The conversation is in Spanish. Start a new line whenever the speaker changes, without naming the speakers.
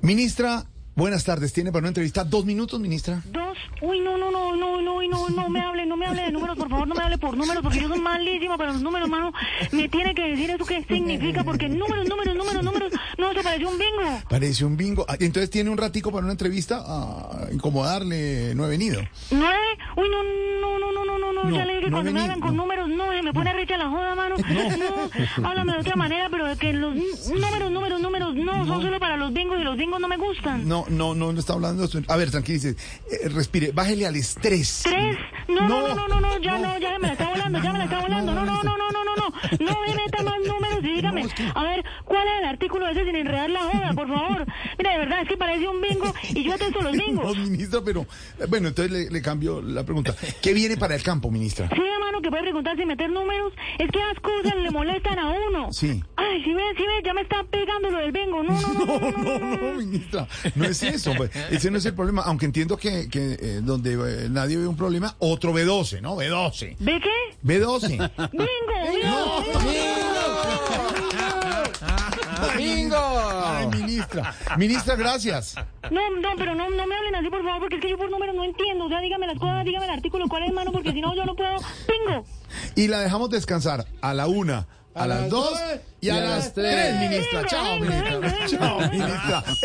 Ministra, buenas tardes. ¿Tiene para una entrevista dos minutos, ministra?
Dos. Uy, no, no, no, no, no, uy, no, no me hable, no me hable de números, por favor, no me hable por números, porque yo soy malísima para los números, mano. Me tiene que decir eso qué significa, porque números, números, números, números, no, se parece un bingo.
Parece un bingo. Ah, Entonces tiene un ratico para una entrevista a incomodarle. No he venido.
Nueve. Uy, no, no, no, no, no, no, no,
No,
ya le dije,
no
cuando me
vení-
hablan con
no.
números, no, se me pone recha la joda, mano. No. háblame de otra manera, pero de que los n- números, números, números, no, son solo para los bingos y los bingos no me gustan.
No, no, no, no está hablando. A ver, tranquilice. Eh, respire. Bájele al estrés.
Tres. No, no,
No.
no, no, no, no, ya
No.
no, ya me la está volando, ya me la está volando. No, no, no, no, no, no, no. No me meta más números y dígame.
No, es que-
A ver, ¿cuál es el artículo ese sin enredar la joda, por favor? Mira, de verdad, es que parece un bingo y yo atesto los
No,
bingos.
ministra, pero eh, bueno, entonces le, le cambio la pregunta. ¿Qué viene para el campo, ministra?
Sí, hermano, que puede preguntar sin meter números. Es que las cosas le molestan a uno.
Sí.
Ay, si ves, si ves, ya me está pegando lo del bingo. No, no, no, no, no,
No, no, ministra, no es eso. pues, Ese no es el problema. Aunque entiendo que, que, eh, donde eh, nadie ve un problema, otro B12, ¿no? B12.
¿Ve qué?
B12.
¡Bingo! ¡Bingo!
Ay, ministra. Ministra, gracias.
No, no, pero no, no me hablen así, por favor, porque es que yo por números no entiendo. O sea, dígame las cosas, dígame el artículo, cuál es, hermano, porque si no, yo no puedo. ¡Bingo!
Y la dejamos descansar a la una, a, las dos y a las tres, ministra. Chao, ministra. Chao, ministra.